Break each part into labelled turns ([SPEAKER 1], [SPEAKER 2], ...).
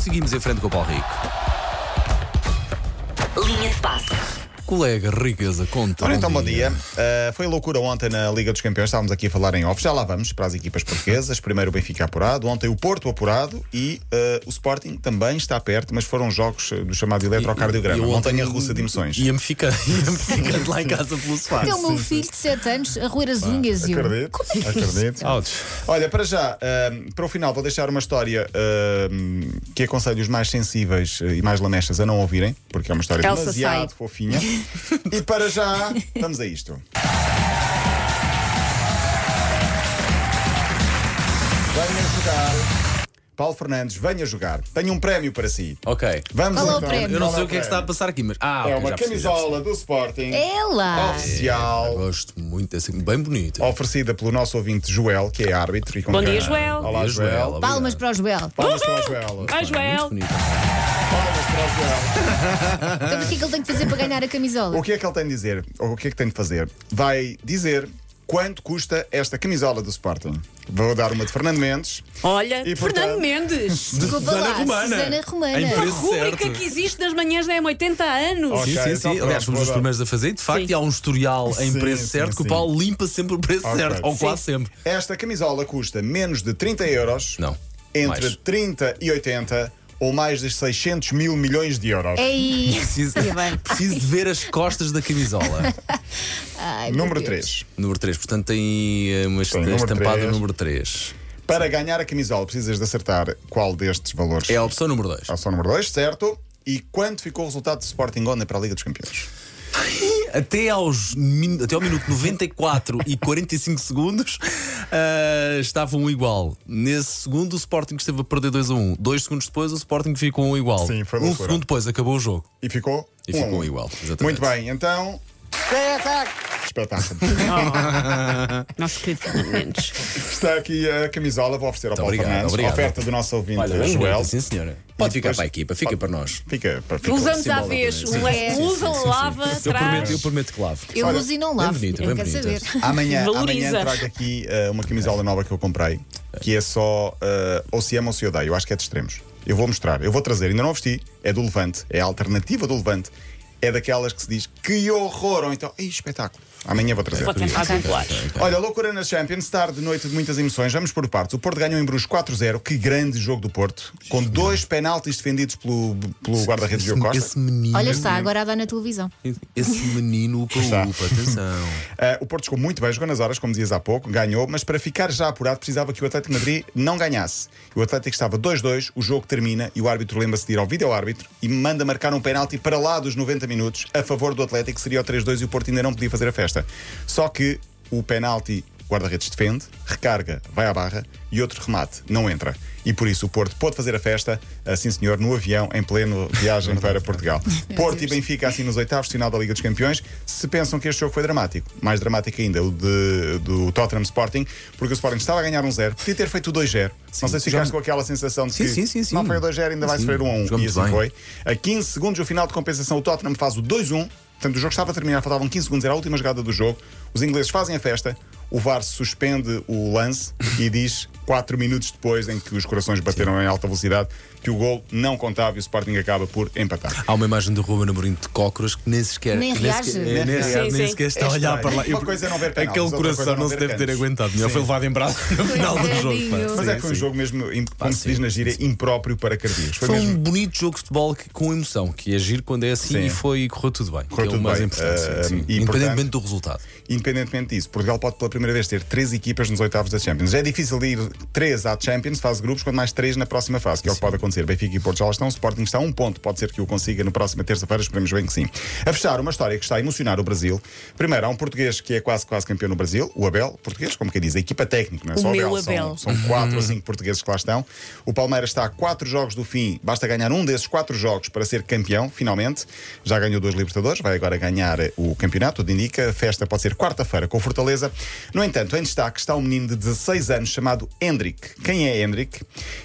[SPEAKER 1] Seguimos em frente com o Paulo Rico.
[SPEAKER 2] Linha de passe.
[SPEAKER 1] Colega, riqueza, conta.
[SPEAKER 3] Ora então, bom dia. Uh, foi loucura ontem na Liga dos Campeões, estávamos aqui a falar em off. Já lá vamos para as equipas portuguesas. Primeiro o Benfica apurado, ontem o Porto apurado e uh, o Sporting também está perto, mas foram jogos do chamado eletrocardiograma. Montanha russa de emoções.
[SPEAKER 1] Ia-me ficar, ia-me ficando lá em casa pelo sofá.
[SPEAKER 4] Tem o meu filho de 7 anos a roer as unhas e eu.
[SPEAKER 3] Acredito,
[SPEAKER 4] Como é que é isso?
[SPEAKER 3] acredito.
[SPEAKER 1] Ouch.
[SPEAKER 3] Olha, para já, ahm, para o final, vou deixar uma história ahm, que aconselho os mais sensíveis eh, e mais lamechas a não ouvirem, porque é uma história
[SPEAKER 2] Calça
[SPEAKER 3] demasiado
[SPEAKER 2] sai.
[SPEAKER 3] fofinha. e para já, vamos a isto. Venha jogar. Paulo Fernandes, venha jogar. Tenho um prémio para si.
[SPEAKER 1] Ok.
[SPEAKER 3] Vamos
[SPEAKER 4] Qual é o
[SPEAKER 3] então-
[SPEAKER 4] prémio?
[SPEAKER 1] Eu não
[SPEAKER 3] Qual
[SPEAKER 1] sei o que é que está a
[SPEAKER 3] prémio?
[SPEAKER 1] passar aqui, mas. Ah,
[SPEAKER 3] É
[SPEAKER 1] ok,
[SPEAKER 3] uma
[SPEAKER 1] já percebi, É, já
[SPEAKER 3] camisola do Sporting
[SPEAKER 4] É. Ela!
[SPEAKER 3] Oh,
[SPEAKER 1] percebi.
[SPEAKER 3] oficial.
[SPEAKER 1] Gosto muito dessa. Bem bonita.
[SPEAKER 3] Oferecida pelo nosso ouvinte Joel, que é árbitro. E com
[SPEAKER 5] Bom
[SPEAKER 3] quem-
[SPEAKER 5] dia, Joel.
[SPEAKER 1] Bom
[SPEAKER 3] Olá,
[SPEAKER 1] dia, Joel.
[SPEAKER 3] Joel.
[SPEAKER 4] Palmas para o Joel.
[SPEAKER 3] Palmas para o Joel.
[SPEAKER 5] Vai, Joel.
[SPEAKER 1] Muito bonita.
[SPEAKER 3] Palmas para o Joel.
[SPEAKER 4] Então o que é que ele tem que fazer para ganhar a camisola?
[SPEAKER 3] O que é que ele tem de dizer? Ou o que é que tem de fazer? Vai dizer quanto custa esta camisola do Sporting. Vou dar uma de Fernando Mendes.
[SPEAKER 5] Olha,
[SPEAKER 3] E, portanto,
[SPEAKER 5] Fernando Mendes.
[SPEAKER 4] Desculpa
[SPEAKER 1] Susana
[SPEAKER 4] lá,
[SPEAKER 1] Romana.
[SPEAKER 4] Susana Romana.
[SPEAKER 1] A
[SPEAKER 5] A
[SPEAKER 1] empresa-
[SPEAKER 5] rubrica
[SPEAKER 1] certo.
[SPEAKER 5] que existe nas manhãs da M80 há anos.
[SPEAKER 3] Ok,
[SPEAKER 1] Sim, sim,
[SPEAKER 3] então
[SPEAKER 1] sim.
[SPEAKER 3] pronto,
[SPEAKER 1] Aliás, fomos
[SPEAKER 3] vou
[SPEAKER 1] os
[SPEAKER 3] dar.
[SPEAKER 1] primeiros a fazer e de facto
[SPEAKER 5] Sim.
[SPEAKER 1] e há um historial em
[SPEAKER 3] Sim,
[SPEAKER 1] preço
[SPEAKER 3] sim,
[SPEAKER 1] certo que o
[SPEAKER 3] sim.
[SPEAKER 1] Paulo limpa sempre o preço
[SPEAKER 3] Ok.
[SPEAKER 1] certo, ou
[SPEAKER 5] Sim.
[SPEAKER 1] quase sempre.
[SPEAKER 3] Esta camisola custa menos de 30 euros.
[SPEAKER 1] Não,
[SPEAKER 3] Entre
[SPEAKER 1] mais.
[SPEAKER 3] 30 e 80 ou mais de 600 mil milhões de euros.
[SPEAKER 4] Ei!
[SPEAKER 1] Preciso,
[SPEAKER 4] bem.
[SPEAKER 1] preciso de ver as costas da camisola.
[SPEAKER 4] Ai, meu
[SPEAKER 3] Número
[SPEAKER 4] Deus.
[SPEAKER 3] 3.
[SPEAKER 1] número 3, portanto tem eh, uma
[SPEAKER 3] Tem número
[SPEAKER 1] estampada
[SPEAKER 3] três.
[SPEAKER 1] número 3.
[SPEAKER 3] Para ganhar a camisola, precisas de acertar qual destes valores.
[SPEAKER 1] É a opção número 2.
[SPEAKER 3] Opção número 2, certo? E quanto ficou o resultado de Sporting ontem para a Liga dos Campeões?
[SPEAKER 1] Até, aos, min- até ao minuto 94 e 45 segundos ah, estavam um igual. Nesse segundo, o Sporting esteve a perder 2 a 1. Dois segundos depois, o Sporting ficou um igual.
[SPEAKER 3] Sim, foi
[SPEAKER 1] um
[SPEAKER 3] loucura.
[SPEAKER 1] segundo depois, acabou o jogo.
[SPEAKER 3] E ficou?
[SPEAKER 1] E
[SPEAKER 3] um a
[SPEAKER 1] ficou
[SPEAKER 3] um.
[SPEAKER 1] igual. Exatamente.
[SPEAKER 3] Muito bem, então. Espetáculo.
[SPEAKER 5] Nosso querido Fernando Mendes.
[SPEAKER 3] Está aqui a camisola, vou oferecer ao Paulo
[SPEAKER 1] obrigado,
[SPEAKER 3] Fernandes.
[SPEAKER 1] obrigado.
[SPEAKER 3] Oferta do nosso ouvinte
[SPEAKER 1] Olha, bem
[SPEAKER 3] Joel.
[SPEAKER 1] bonita, sim, senhora. Pode ficar
[SPEAKER 3] depois-
[SPEAKER 1] para a equipa, fica para nós.
[SPEAKER 3] Fica para ficar.
[SPEAKER 5] Usamos à
[SPEAKER 1] Simbólico,
[SPEAKER 5] vez.
[SPEAKER 1] sim,
[SPEAKER 5] Le-
[SPEAKER 4] sim,
[SPEAKER 5] Usa, lava,
[SPEAKER 1] Eu prometo, eu
[SPEAKER 5] traz.
[SPEAKER 1] prometo que lavo.
[SPEAKER 4] Eu
[SPEAKER 3] Olha,
[SPEAKER 4] uso e não
[SPEAKER 1] bem
[SPEAKER 4] lavo.
[SPEAKER 1] bonito,
[SPEAKER 4] eu
[SPEAKER 1] bem
[SPEAKER 4] quero
[SPEAKER 1] bonito.
[SPEAKER 4] saber.
[SPEAKER 3] Amanhã,
[SPEAKER 5] Valoriza.
[SPEAKER 3] amanhã trago aqui eh, uma camisola nova que eu comprei, que é só eh, ou se ama ou se odeia. Eu acho que é de extremos. Eu vou mostrar, eu vou trazer. Ainda não vesti, é do Levante, é a alternativa do Levante. É daquelas que se diz que horror, ou então, "Ih, espetáculo. Amanhã vou trazer.
[SPEAKER 5] Pode tentar vincular.
[SPEAKER 3] Olha, loucura na Champions, tarde, noite de muitas emoções. Vamos por partes. O Porto ganhou em Bruges 4-0. Que grande jogo do Porto. Com dois penaltis defendidos pelo, pelo guarda-redes Diogo Costa.
[SPEAKER 1] Esse menino.
[SPEAKER 4] Olha, está agora a dar na televisão.
[SPEAKER 1] Esse menino com
[SPEAKER 3] Está.
[SPEAKER 1] lupa, atenção.
[SPEAKER 3] Uh, o Porto jogou muito bem, jogou nas horas, como dizias há pouco, ganhou, mas para ficar já apurado precisava que o Atlético de Madrid não ganhasse. O Atlético estava 2-2, o jogo termina e o árbitro lembra-se de ir ao vídeo-árbitro e manda marcar um penalti para lá dos 90 minutos a favor do Atlético, seria o 3-2 e o Porto ainda não podia fazer a festa. Só que o penalti. o Guarda-redes defende, recarga, vai à barra e outro remate, não entra. E por isso o Porto pôde fazer a festa, assim senhor, no avião, em pleno viagem para Portugal. Porto e Benfica, assim nos oitavos, final da Liga dos Campeões. Se pensam que este jogo foi dramático, mais dramático ainda o de, do Tottenham Sporting, porque o Sporting estava a ganhar 1-0, podia ter feito o 2-0. Não sei se ficaste
[SPEAKER 1] Jogamos-
[SPEAKER 3] com aquela sensação de
[SPEAKER 1] Sim,
[SPEAKER 3] que
[SPEAKER 1] sim, sim, sim.
[SPEAKER 3] não foi o 2-0, ainda vai
[SPEAKER 1] Sim,
[SPEAKER 3] sofrer 1-1.
[SPEAKER 1] jogamos
[SPEAKER 3] E assim
[SPEAKER 1] bem.
[SPEAKER 3] foi. A 15 segundos, o final de compensação, o Tottenham faz o 2-1. Portanto, o jogo estava a terminar, faltavam 15 segundos, era a última jogada do jogo. Os ingleses fazem a festa, o VAR suspende o lance e diz, 4 minutos depois, em que os corações bateram em alta velocidade, que o gol não contava e o Sporting acaba por empatar.
[SPEAKER 1] Há uma imagem do Ruben Amorim de cócoras que nem sequer
[SPEAKER 4] Nem
[SPEAKER 1] que
[SPEAKER 4] reage.
[SPEAKER 1] sequer, é, nem,
[SPEAKER 3] Nem
[SPEAKER 1] sequer,
[SPEAKER 5] reage.
[SPEAKER 1] nem
[SPEAKER 5] Sim,
[SPEAKER 1] sequer está a
[SPEAKER 3] sim.
[SPEAKER 1] olhar Ah, para lá.
[SPEAKER 3] Uma coisa é não ver penaltis,
[SPEAKER 1] Aquele
[SPEAKER 3] outra
[SPEAKER 1] coração
[SPEAKER 3] coisa é
[SPEAKER 1] não,
[SPEAKER 3] não
[SPEAKER 1] se
[SPEAKER 3] ver
[SPEAKER 1] deve ter
[SPEAKER 3] cantos.
[SPEAKER 1] aguentado. Melhor foi levado em braço no final do jogo. pá.
[SPEAKER 4] Tadinho.
[SPEAKER 3] Mas
[SPEAKER 1] Sim,
[SPEAKER 3] é que foi um
[SPEAKER 1] sim.
[SPEAKER 3] jogo mesmo, im- como se
[SPEAKER 1] sim.
[SPEAKER 3] diz na gíria, impróprio para cardíacos. Foi
[SPEAKER 1] Foi
[SPEAKER 3] mesmo.
[SPEAKER 1] um bonito jogo de futebol que- com emoção, que é giro quando é assim
[SPEAKER 3] Sim.
[SPEAKER 1] e foi e correu tudo bem. que
[SPEAKER 3] Correu
[SPEAKER 1] é o
[SPEAKER 3] tudo
[SPEAKER 1] mais
[SPEAKER 3] bem.
[SPEAKER 1] importante. sim,
[SPEAKER 3] Ah,
[SPEAKER 1] sim.
[SPEAKER 3] e,
[SPEAKER 1] Independentemente
[SPEAKER 3] portanto,
[SPEAKER 1] do resultado.
[SPEAKER 3] Independentemente disso, Portugal pode pela primeira vez ter três equipas nos oitavos da Champions. Já é difícil de ir três à Champions, fase de grupos, quanto mais três na próxima fase, que é o que pode acontecer. Benfica e Porto já lá estão, Sporting está a um ponto, pode ser que o consiga na próxima terça-feira, esperemos bem que sim. A fechar, uma história que está a emocionar o Brasil. Primeiro, há um português que é quase, quase campeão no Brasil, o Abel, português, como quem diz, a equipa técnica, não é
[SPEAKER 5] O
[SPEAKER 3] só
[SPEAKER 5] meu
[SPEAKER 3] Abel, são-
[SPEAKER 5] Abel.
[SPEAKER 3] São, quatro ou cinco portugueses que lá estão. O Palmeiras está a quatro jogos do fim, basta ganhar um desses quatro jogos para ser campeão, finalmente. Já ganhou dois Libertadores, vai agora ganhar o campeonato, tudo indica. A festa pode ser quarta-feira com o Fortaleza. No entanto, em destaque está um menino de 16 anos chamado Hendrick. Quem é Hendrick?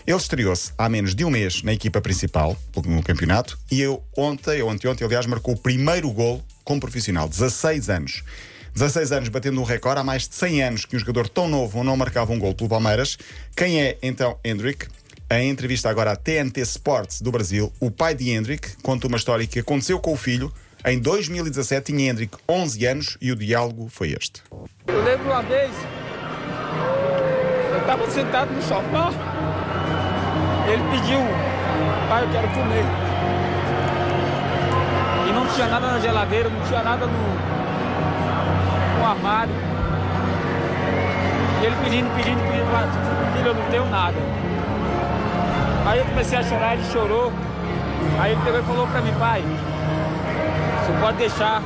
[SPEAKER 3] Ele estreou-se há menos de um mês na equipa principal, no campeonato, e eu ontem, ou anteontem, aliás, marcou o primeiro gol como profissional, 16 anos. 16 anos batendo um recorde, há mais de 100 anos que um jogador tão novo não marcava um gol pelo Palmeiras. Quem é então Hendrick? Em entrevista agora à TNT Sports do Brasil, o pai de Hendrick conta uma história que aconteceu com o filho. Em 2017 tinha Hendrick 11 anos e o diálogo foi este.
[SPEAKER 2] Eu lembro uma vez, eu estava sentado no sofá, ele pediu, pai, eu quero comer. E não tinha nada na geladeira, não tinha nada no, no armário. E ele pedindo, pedindo, pedindo, mas, filho, eu não tenho nada. Aí eu comecei a chorar, ele chorou. Aí ele pegou e falou pra mim, pai, você pode deixar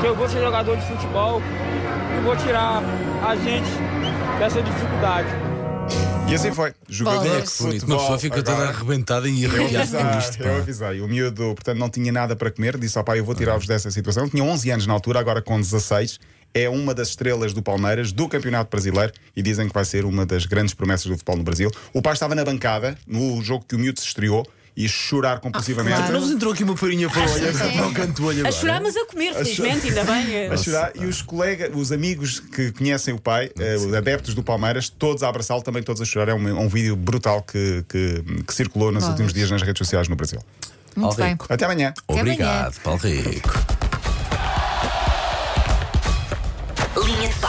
[SPEAKER 2] que eu vou ser jogador de futebol e vou tirar a gente dessa dificuldade.
[SPEAKER 3] E assim foi. Jogador
[SPEAKER 4] Olha
[SPEAKER 3] de
[SPEAKER 4] que
[SPEAKER 1] Bonito,
[SPEAKER 3] futebol.
[SPEAKER 1] uma pessoa fica toda
[SPEAKER 3] agora.
[SPEAKER 1] arrebentada e
[SPEAKER 3] Eu
[SPEAKER 1] arrepiada com é isto.
[SPEAKER 3] avisei, eu
[SPEAKER 1] pá.
[SPEAKER 3] avisei. O miúdo, portanto, não tinha nada para comer. Disse ao pai: Eu vou tirar-vos
[SPEAKER 1] Uhum.
[SPEAKER 3] dessa situação. Tinha 11 anos na altura, agora com 16. É uma das estrelas do Palmeiras, do Campeonato Brasileiro, e dizem que vai ser uma das grandes promessas do futebol no Brasil. O pai estava na bancada, no jogo que o miúdo se estreou, e chorar compulsivamente.
[SPEAKER 4] claro.
[SPEAKER 1] Não vos entrou aqui uma farinha para o olho,
[SPEAKER 4] sim.
[SPEAKER 1] para o canto do olho
[SPEAKER 5] A
[SPEAKER 1] agora.
[SPEAKER 5] chorar, mas a comer, felizmente, ainda bem. é.
[SPEAKER 3] A chorar, e os colegas, os amigos que conhecem o pai, eh, os adeptos do Palmeiras, todos a abraçá-lo, também todos a chorar. É um, um vídeo brutal que, que- que circulou nos
[SPEAKER 4] Bolas.
[SPEAKER 3] últimos dias nas redes sociais no Brasil.
[SPEAKER 4] Muito
[SPEAKER 1] Alguém.
[SPEAKER 4] bem.
[SPEAKER 3] Até amanhã.
[SPEAKER 4] amanhã.
[SPEAKER 1] Obrigado, Paulo Rico.
[SPEAKER 6] Linha de passe.